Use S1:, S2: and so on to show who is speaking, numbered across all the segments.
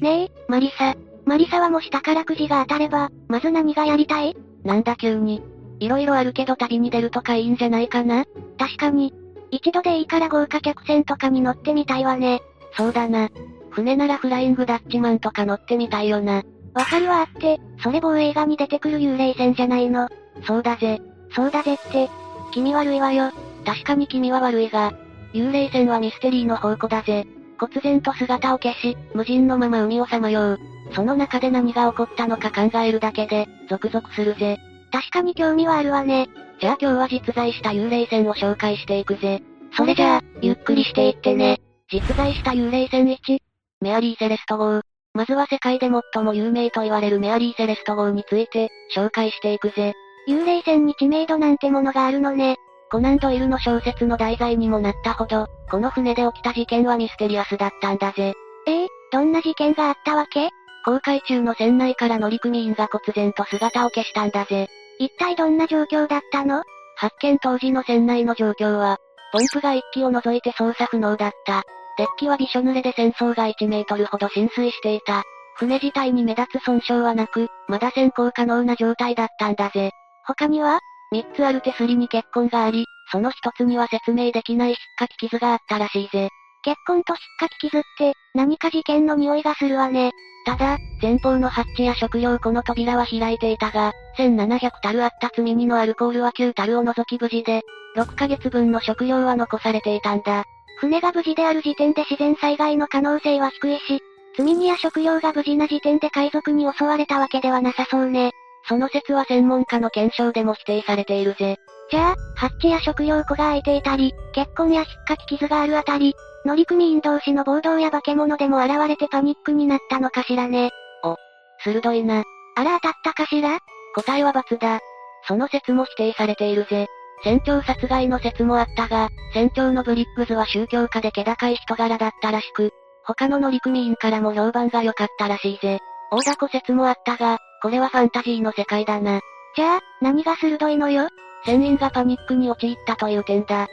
S1: ねえ、マリサ。マリサはもし宝くじが当たれば、まず何がやりたい
S2: なんだ急に。色々あるけど旅に出るとかいいんじゃないかな
S1: 確かに。一度でいいから豪華客船とかに乗ってみたいわね。
S2: そうだな。船ならフライングダッチマンとか乗ってみたいよな。
S1: わかるわあって、それ某映画に出てくる幽霊船じゃないの。
S2: そうだぜ。
S1: そうだぜって。君悪いわよ。
S2: 確かに君は悪いが。幽霊船はミステリーの宝庫だぜ。忽然と姿を消し、無人のまま海をさまよう。その中で何が起こったのか考えるだけで、ゾクゾクするぜ。
S1: 確かに興味はあるわね。
S2: じゃあ今日は実在した幽霊船を紹介していくぜ。
S1: それじゃあ、ゆっくりしていってね。
S2: 実在した幽霊船1、メアリー・セレスト号。まずは世界で最も有名と言われるメアリー・セレスト号について、紹介していくぜ。
S1: 幽霊船に知名度なんてものがあるのね。
S2: コナンドイルの小説の題材にもなったほど、この船で起きた事件はミステリアスだったんだぜ。
S1: ええー、どんな事件があったわけ
S2: 航海中の船内から乗組員が忽然と姿を消したんだぜ。
S1: 一体どんな状況だったの
S2: 発見当時の船内の状況は、ポンプが1機を除いて操作不能だった。デッキはびしょ濡れで船倉が1メートルほど浸水していた。船自体に目立つ損傷はなく、まだ潜航可能な状態だったんだぜ。
S1: 他には
S2: 三つある手すりに血痕があり、その一つには説明できない引っかき傷があったらしいぜ。
S1: 血痕と引っかき傷って、何か事件の匂いがするわね。
S2: ただ、前方のハッチや食料庫の扉は開いていたが、1700タルあった積み荷のアルコールは9タルを除き無事で、6ヶ月分の食料は残されていたんだ。
S1: 船が無事である時点で自然災害の可能性は低いし、積荷や食料が無事な時点で海賊に襲われたわけではなさそうね。
S2: その説は専門家の検証でも否定されているぜ。
S1: じゃあ、ハッチや食料庫が開いていたり、血痕や引っかき傷があるあたり、乗組員同士の暴動や化け物でも現れてパニックになったのかしらね。
S2: お、鋭いな。
S1: あら当たったかしら
S2: 答えは罰だ。その説も否定されているぜ。船長殺害の説もあったが、船長のブリッグズは宗教家で気高い人柄だったらしく、他の乗組員からも評判が良かったらしいぜ。大ダコ説もあったが、これはファンタジーの世界だな。
S1: じゃあ、何が鋭いのよ
S2: 船員がパニックに陥ったという点だ。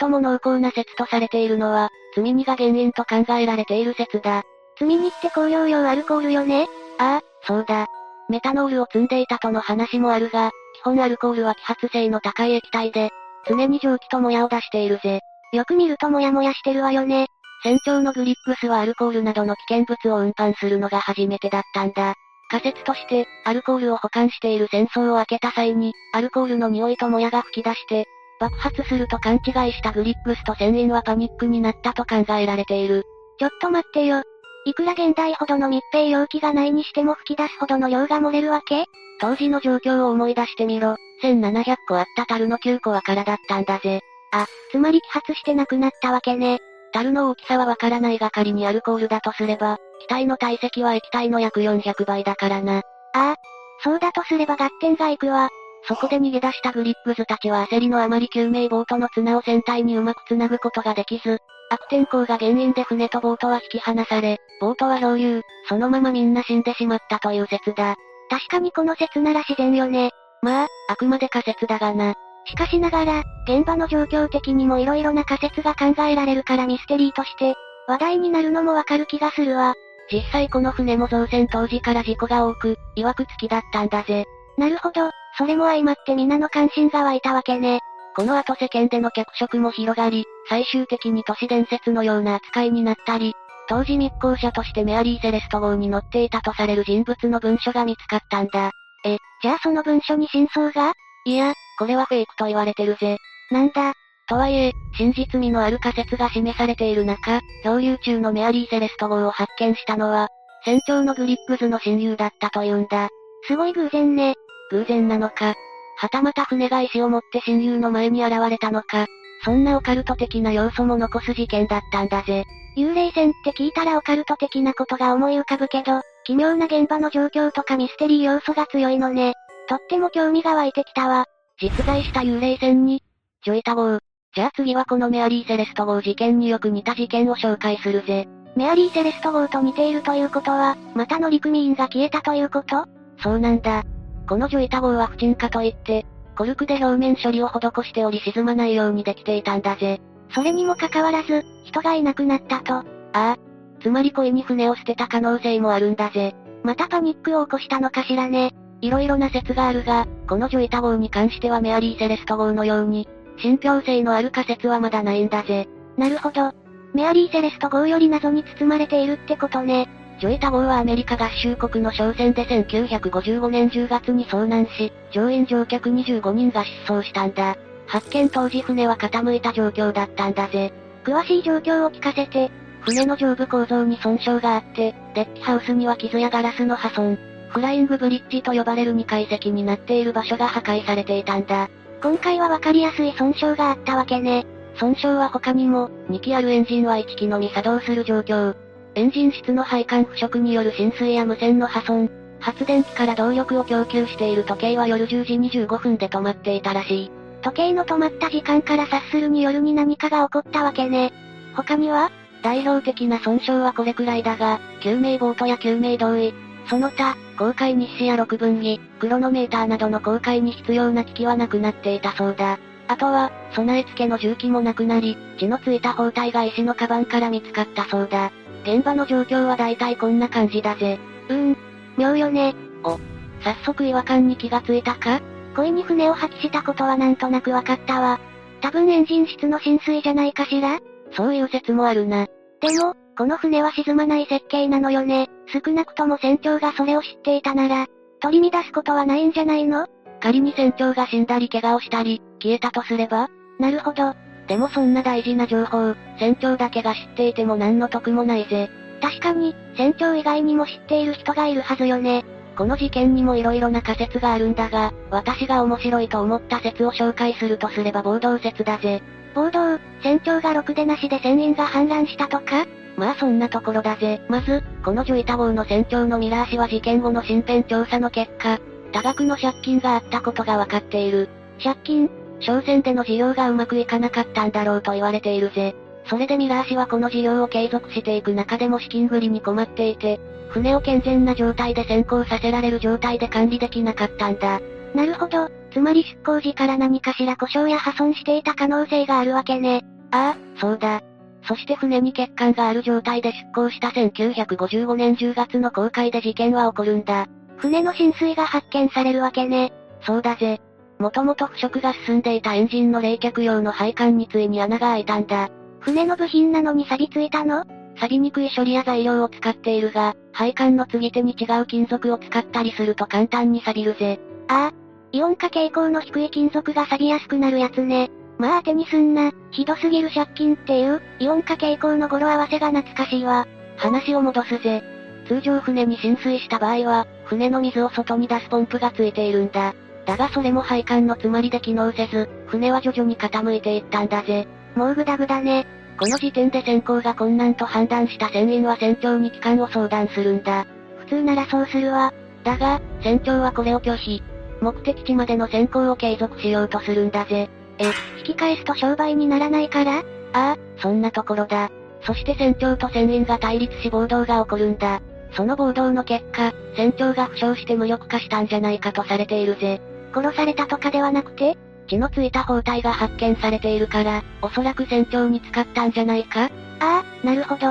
S2: 最も濃厚な説とされているのは、積荷が原因と考えられている説だ。
S1: 積荷って高容量アルコールよね
S2: ああ、そうだ。メタノールを積んでいたとの話もあるが、基本アルコールは揮発性の高い液体で、常に蒸気ともやを出しているぜ。
S1: よく見るともやもやしてるわよね。
S2: 船長のグリックスはアルコールなどの危険物を運搬するのが初めてだったんだ。仮説として、アルコールを保管している戦争を開けた際に、アルコールの匂いともやが吹き出して、爆発すると勘違いしたグリックスと船員はパニックになったと考えられている。
S1: ちょっと待ってよ。いくら現代ほどの密閉容器がないにしても吹き出すほどの量が漏れるわけ
S2: 当時の状況を思い出してみろ。1700個あった樽の9個は空だったんだぜ。
S1: あ、つまり揮発してなくなったわけね。
S2: 樽の大きさはわからないが仮にアルコールだとすれば、気体の体積は液体の約400倍だからな。
S1: ああ、そうだとすれば合点がいくわ。
S2: そこで逃げ出したグリップズたちは焦りのあまり救命ボートの綱を船体にうまく繋ぐことができず、悪天候が原因で船とボートは引き離され、ボートは漂流、そのままみんな死んでしまったという説だ。
S1: 確かにこの説なら自然よね。
S2: まあ、あくまで仮説だがな。
S1: しかしながら、現場の状況的にも色々な仮説が考えられるからミステリーとして、話題になるのもわかる気がするわ。
S2: 実際この船も造船当時から事故が多く、曰くつきだったんだぜ。
S1: なるほど、それも相まって皆の関心が湧いたわけね。
S2: この後世間での脚色も広がり、最終的に都市伝説のような扱いになったり、当時密航者としてメアリー・セレスト号に乗っていたとされる人物の文書が見つかったんだ。
S1: え、じゃあその文書に真相が
S2: いや、これはフェイクと言われてるぜ。
S1: なんだ。
S2: とはいえ、真実味のある仮説が示されている中、漂流中のメアリー・セレスト号を発見したのは、船長のグリップズの親友だったというんだ。
S1: すごい偶然ね。
S2: 偶然なのか。はたまた船が石を持って親友の前に現れたのか。そんなオカルト的な要素も残す事件だったんだぜ。
S1: 幽霊船って聞いたらオカルト的なことが思い浮かぶけど、奇妙な現場の状況とかミステリー要素が強いのね。とっても興味が湧いてきたわ。
S2: 実在した幽霊船に、ジョイタ号。じゃあ次はこのメアリー・セレスト号事件によく似た事件を紹介するぜ。
S1: メアリー・セレスト号と似ているということは、また乗組員が消えたということ
S2: そうなんだ。このジョイタ号は不沈下といって、コルクで表面処理を施しており沈まないようにできていたんだぜ。
S1: それにもかかわらず、人がいなくなったと。あ
S2: あ。つまり故意に船を捨てた可能性もあるんだぜ。
S1: またパニックを起こしたのかしらね。
S2: いろいろな説があるが、このジョイタ号に関してはメアリー・セレスト号のように、信憑性のある仮説はまだないんだぜ。
S1: なるほど。メアリー・セレスト号より謎に包まれているってことね。
S2: ジョイタ号はアメリカ合衆国の商船で1955年10月に遭難し、乗員乗客25人が失踪したんだ。発見当時船は傾いた状況だったんだぜ。
S1: 詳しい状況を聞かせて、
S2: 船の上部構造に損傷があって、デッキハウスには傷やガラスの破損、フライングブリッジと呼ばれる2階席になっている場所が破壊されていたんだ。
S1: 今回はわかりやすい損傷があったわけね。
S2: 損傷は他にも、2機あるエンジンは1機のみ作動する状況。エンジン室の配管腐食による浸水や無線の破損、発電機から動力を供給している時計は夜10時25分で止まっていたらしい。
S1: 時計の止まった時間から察するに夜に何かが起こったわけね。他には
S2: 代表的な損傷はこれくらいだが、救命ボートや救命胴衣、その他、公開日誌や6分儀、クロノメーターなどの公開に必要な機器はなくなっていたそうだ。あとは、備え付けの重機もなくなり、血のついた包帯が石のカバンから見つかったそうだ。現場の状況は大体こんな感じだぜ。
S1: うーん、妙よね。
S2: お、早速違和感に気がついたか
S1: 故意に船を破棄したことはなんとなくわかったわ。多分エンジン室の浸水じゃないかしら
S2: そういう説もあるな。
S1: でも、この船は沈まない設計なのよね。少なくとも船長がそれを知っていたなら、取り乱すことはないんじゃないの
S2: 仮に船長が死んだり怪我をしたり、消えたとすれば
S1: なるほど。
S2: でもそんな大事な情報、船長だけが知っていても何の得もないぜ。
S1: 確かに、船長以外にも知っている人がいるはずよね。
S2: この事件にも色々な仮説があるんだが、私が面白いと思った説を紹介するとすれば暴動説だぜ。
S1: 暴動、船長がろくでなしで船員が氾濫したとか
S2: まあそんなところだぜ。まず、このジョイタ号の船長のミラー氏は事件後の身辺調査の結果、多額の借金があったことがわかっている。
S1: 借金
S2: 商船での事業がうまくいかなかったんだろうと言われているぜ。それでミラー氏はこの事業を継続していく中でも資金繰りに困っていて、船を健全な状態で先行させられる状態で管理できなかったんだ。
S1: なるほど。つまり出港時から何かしら故障や破損していた可能性があるわけね。
S2: ああ、そうだ。そして船に欠陥がある状態で出港した1955年10月の航海で事件は起こるんだ。
S1: 船の浸水が発見されるわけね。
S2: そうだぜ。もともと腐食が進んでいたエンジンの冷却用の配管についに穴が開いたんだ。
S1: 船の部品なのに錆びついたの
S2: 錆びにくい処理や材料を使っているが、配管の継ぎ手に違う金属を使ったりすると簡単に錆びるぜ。
S1: ああ、イオン化傾向の低い金属が錆びやすくなるやつね。まあ当てにすんな、ひどすぎる借金っていう、イオン化傾向の語呂合わせが懐かしいわ。
S2: 話を戻すぜ。通常船に浸水した場合は、船の水を外に出すポンプがついているんだ。だがそれも配管の詰まりで機能せず、船は徐々に傾いていったんだぜ。
S1: もうグダグダね。
S2: この時点で選考が困難と判断した船員は船長に帰還を相談するんだ。
S1: 普通ならそうするわ。
S2: だが、船長はこれを拒否。目的地までの選考を継続しようとするんだぜ。
S1: え、引き返すと商売にならないから
S2: ああ、そんなところだ。そして船長と船員が対立し暴動が起こるんだ。その暴動の結果、船長が負傷して無力化したんじゃないかとされているぜ。
S1: 殺されたとかではなくて
S2: 血のついた包帯が発見されているから、おそらく船長に使ったんじゃないか
S1: ああ、なるほど。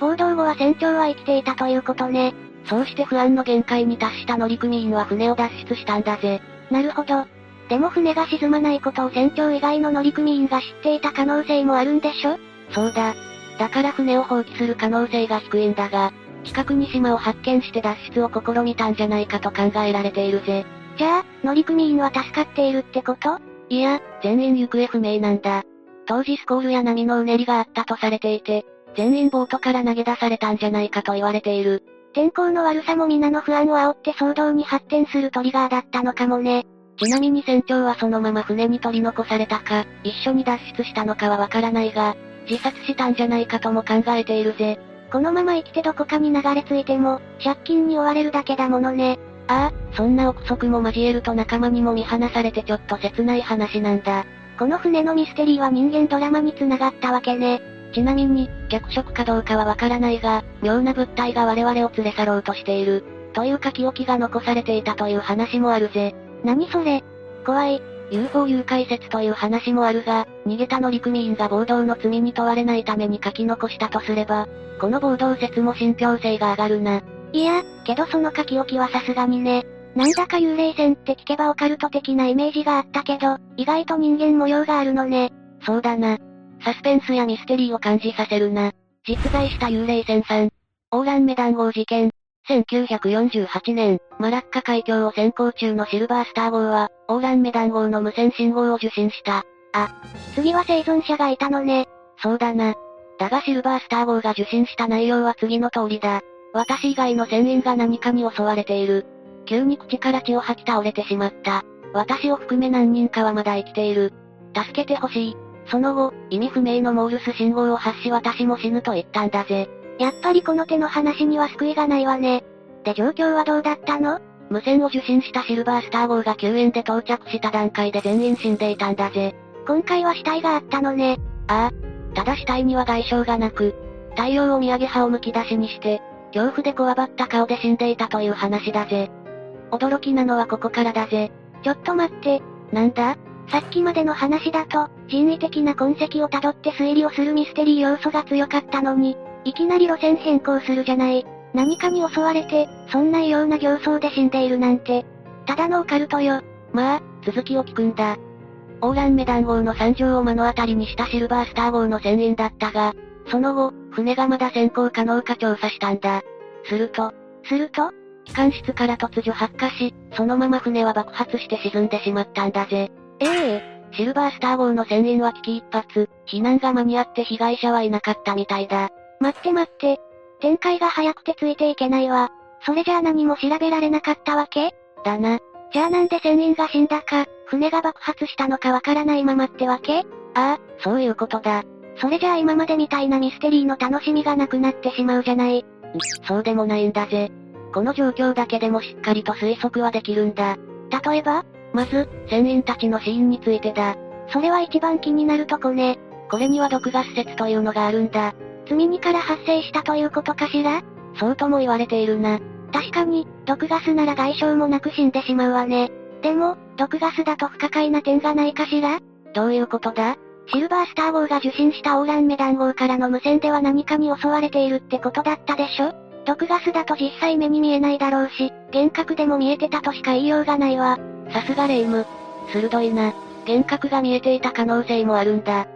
S1: 暴動後は船長は生きていたということね。
S2: そうして不安の限界に達した乗組員は船を脱出したんだぜ。
S1: なるほど。でも船が沈まないことを船長以外の乗組員が知っていた可能性もあるんでしょ
S2: そうだ。だから船を放棄する可能性が低いんだが、近くに島を発見して脱出を試みたんじゃないかと考えられているぜ。
S1: じゃあ、乗組員は助かっているってこと
S2: いや、全員行方不明なんだ。当時スコールや波のうねりがあったとされていて、全員ボートから投げ出されたんじゃないかと言われている。
S1: 天候の悪さも皆の不安を煽って騒動に発展するトリガーだったのかもね。
S2: ちなみに船長はそのまま船に取り残されたか、一緒に脱出したのかはわからないが、自殺したんじゃないかとも考えているぜ。
S1: このまま生きてどこかに流れ着いても、借金に追われるだけだものね。
S2: ああ、そんな憶測も交えると仲間にも見放されてちょっと切ない話なんだ。
S1: この船のミステリーは人間ドラマに繋がったわけね。
S2: ちなみに、脚色かどうかはわからないが、妙な物体が我々を連れ去ろうとしている。という書き置きが残されていたという話もあるぜ。
S1: 何それ怖い。
S2: UFO 誘拐説という話もあるが、逃げた乗組員が暴動の罪に問われないために書き残したとすれば、この暴動説も信憑性が上がるな。
S1: いや、けどその書き置きはさすがにね。なんだか幽霊船って聞けばオカルト的なイメージがあったけど、意外と人間模様があるのね。
S2: そうだな。サスペンスやミステリーを感じさせるな。実在した幽霊船さん。オーランメダン号事件。1948年、マラッカ海峡を先行中のシルバースター号は、オーランメダン号の無線信号を受信した。
S1: 次は生存者がいたのね。
S2: そうだな。だがシルバースター号が受信した内容は次の通りだ。私以外の船員が何かに襲われている。急に口から血を吐き倒れてしまった。私を含め何人かはまだ生きている。助けてほしい。その後、意味不明のモールス信号を発し私も死ぬと言ったんだぜ。
S1: やっぱりこの手の話には救いがないわね。で状況はどうだったの
S2: 無線を受信したシルバースター号が救援で到着した段階で全員死んでいたんだぜ。
S1: 今回は死体があったのね。
S2: ただ死体には外傷がなく、太陽を土産派をむき出しにして、恐怖でこわばった顔で死んでいたという話だぜ。驚きなのはここからだぜ。
S1: ちょっと待って、
S2: なんだ
S1: さっきまでの話だと、人為的な痕跡をたどって推理をするミステリー要素が強かったのに、いきなり路線変更するじゃない。何かに襲われて、そんな異様な形相で死んでいるなんて。ただのオカルトよ。
S2: まあ、続きを聞くんだ。オーランメダン号の惨状を目の当たりにしたシルバースター号の船員だったが、その後、船がまだ潜航可能か調査したんだ。すると、
S1: すると、
S2: 機関室から突如発火し、そのまま船は爆発して沈んでしまったんだぜ。
S1: ええ
S2: シルバースター号の船員は危機一髪、避難が間に合って被害者はいなかったみたいだ。
S1: 待って待って。展開が早くてついていけないわ。それじゃあ何も調べられなかったわけ
S2: だな。
S1: じゃあなんで船員が死んだか、船が爆発したのかわからないままってわけ
S2: ああ、そういうことだ。
S1: それじゃあ今までみたいなミステリーの楽しみがなくなってしまうじゃない。
S2: そうでもないんだぜ。この状況だけでもしっかりと推測はできるんだ。
S1: 例えば、
S2: まず、船員たちの死因についてだ。
S1: それは一番気になるとこね。
S2: これには毒ガス説というのがあるんだ。
S1: 罪にから発生したということかしら
S2: そうとも言われているな。
S1: 確かに、毒ガスなら外傷もなく死んでしまうわね。でも、毒ガスだと不可解な点がないかしら
S2: どういうことだ
S1: シルバースター号が受信したオーランメダン号からの無線では何かに襲われているってことだったでしょ毒ガスだと実際目に見えないだろうし、幻覚でも見えてたとしか言いようがないわ。
S2: さすがレイム。鋭いな。幻覚が見えていた可能性もあるんだ。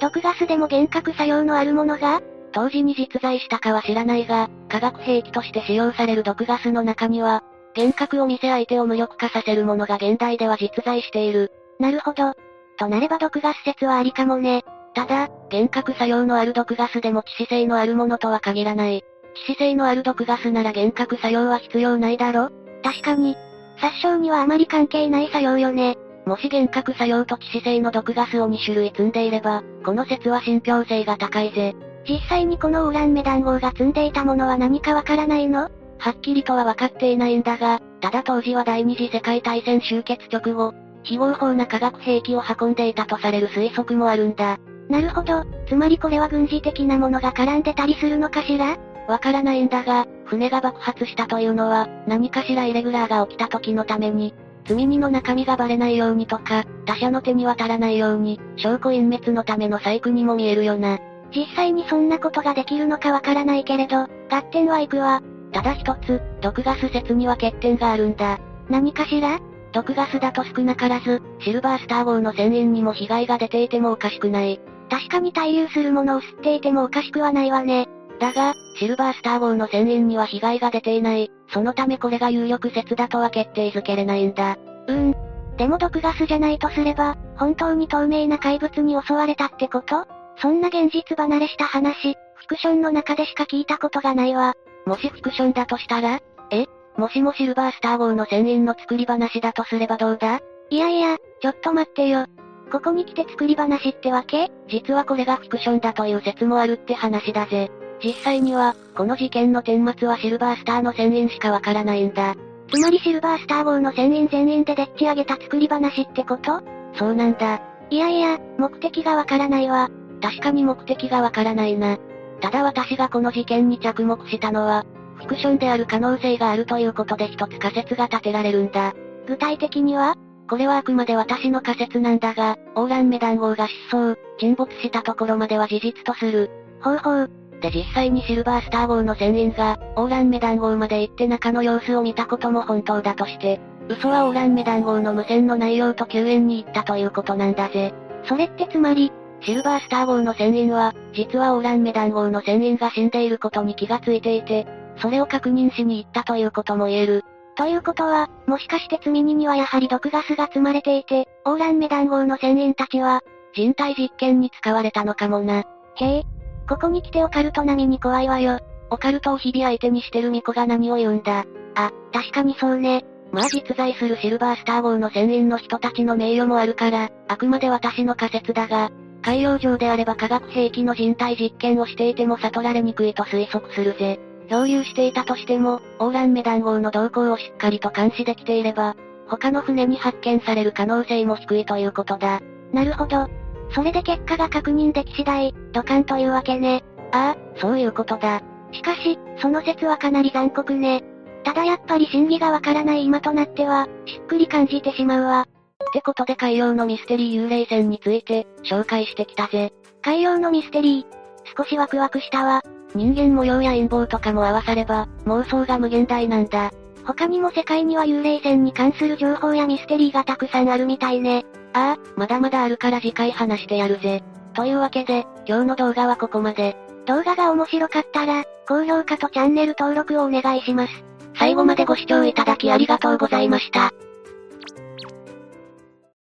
S1: 毒ガスでも幻覚作用のあるものが
S2: 当時に実在したかは知らないが、化学兵器として使用される毒ガスの中には、幻覚を見せ相手を無力化させるものが現代では実在している。
S1: なるほど。となれば毒ガス説はありかもね。
S2: ただ、幻覚作用のある毒ガスでも致死性のあるものとは限らない。致死性のある毒ガスなら幻覚作用は必要ないだろ
S1: 確かに。殺傷にはあまり関係ない作用よね。
S2: もし幻覚作用と致死性の毒ガスを2種類積んでいれば、この説は信憑性が高いぜ。
S1: 実際にこのオーランメダン号が積んでいたものは何かわからないの
S2: はっきりとは分かっていないんだが、ただ当時は第二次世界大戦終結直後、非合法な化学兵器を運んでいたとされる推測もあるんだ。
S1: なるほど。つまりこれは軍事的なものが絡んでたりするのかしら
S2: わからないんだが、船が爆発したというのは、何かしらイレギュラーが起きた時のために、積み荷の中身がバレないようにとか、他者の手に渡らないように、証拠隠滅のための細工にも見えるよな。
S1: 実際にそんなことができるのかわからないけれど、合点は行くわ。
S2: ただ一つ、毒ガス説には欠点があるんだ。
S1: 何かしら
S2: 毒ガスだと少なからず、シルバースター号の船員にも被害が出ていてもおかしくない。
S1: 確かに滞留するものを吸っていてもおかしくはないわね。
S2: だが、シルバースター号の船員には被害が出ていない。そのためこれが有力説だとは決定づけれないんだ。
S1: うーん。でも毒ガスじゃないとすれば、本当に透明な怪物に襲われたってことそんな現実離れした話、フィクションの中でしか聞いたことがないわ。
S2: もしフィクションだとしたらえもしもシルバースター号の船員の作り話だとすればどうだ
S1: いやいや、ちょっと待ってよ。ここに来て作り話ってわけ
S2: 実はこれがフィクションだという説もあるって話だぜ。実際には、この事件の顛末はシルバースターの船員しかわからないんだ。
S1: つまりシルバースター号の船員全員ででっち上げた作り話ってこと
S2: そうなんだ。
S1: いやいや、目的がわからないわ。
S2: 確かに目的がわからないな。ただ私がこの事件に着目したのは、フィクションである可能性があるということで一つ仮説が立てられるんだ。
S1: 具体的には
S2: これはあくまで私の仮説なんだが、オーランメダン号が失踪、沈没したところまでは事実とする。
S1: ほうほう。
S2: で実際にシルバースター号の船員が、オーランメダン号まで行って中の様子を見たことも本当だとして、嘘はオーランメダン号の無線の内容と救援に行ったということなんだぜ。
S1: それってつまり、
S2: シルバースター号の船員は、実はオーランメダン号の船員が死んでいることに気がついていて、それを確認しに行ったということも言える。
S1: ということは、もしかして積み荷にはやはり毒ガスが積まれていて、オーランメダン号の船員たちは、
S2: 人体実験に使われたのかもな。
S1: へえ、ここに来てオカルト並みに怖いわよ。
S2: オカルトを日々相手にしてる巫女が何を言うんだ。
S1: あ、確かにそうね。
S2: まあ実在するシルバースター号の船員の人たちの名誉もあるから、あくまで私の仮説だが、海洋上であれば化学兵器の人体実験をしていても悟られにくいと推測するぜ。漂流していたとしても、オーランメダン号の動向をしっかりと監視できていれば、他の船に発見される可能性も低いということだ。
S1: なるほど。それで結果が確認でき次第、ドカンというわけね。
S2: ああ、そういうことだ。
S1: しかし、その説はかなり残酷ね。ただやっぱり真偽がわからない今となっては、しっくり感じてしまうわ。
S2: ってことで海洋のミステリー幽霊船について、紹介してきたぜ。
S1: 海洋のミステリー。少しワクワクしたわ。
S2: 人間模様や陰謀とかも合わされば、妄想が無限大なんだ。
S1: 他にも世界には幽霊船に関する情報やミステリーがたくさんあるみたいね。
S2: ああ、まだまだあるから次回話してやるぜ。というわけで、今日の動画はここまで。
S1: 動画が面白かったら、高評価とチャンネル登録をお願いします。
S2: 最後までご視聴いただきありがとうございました。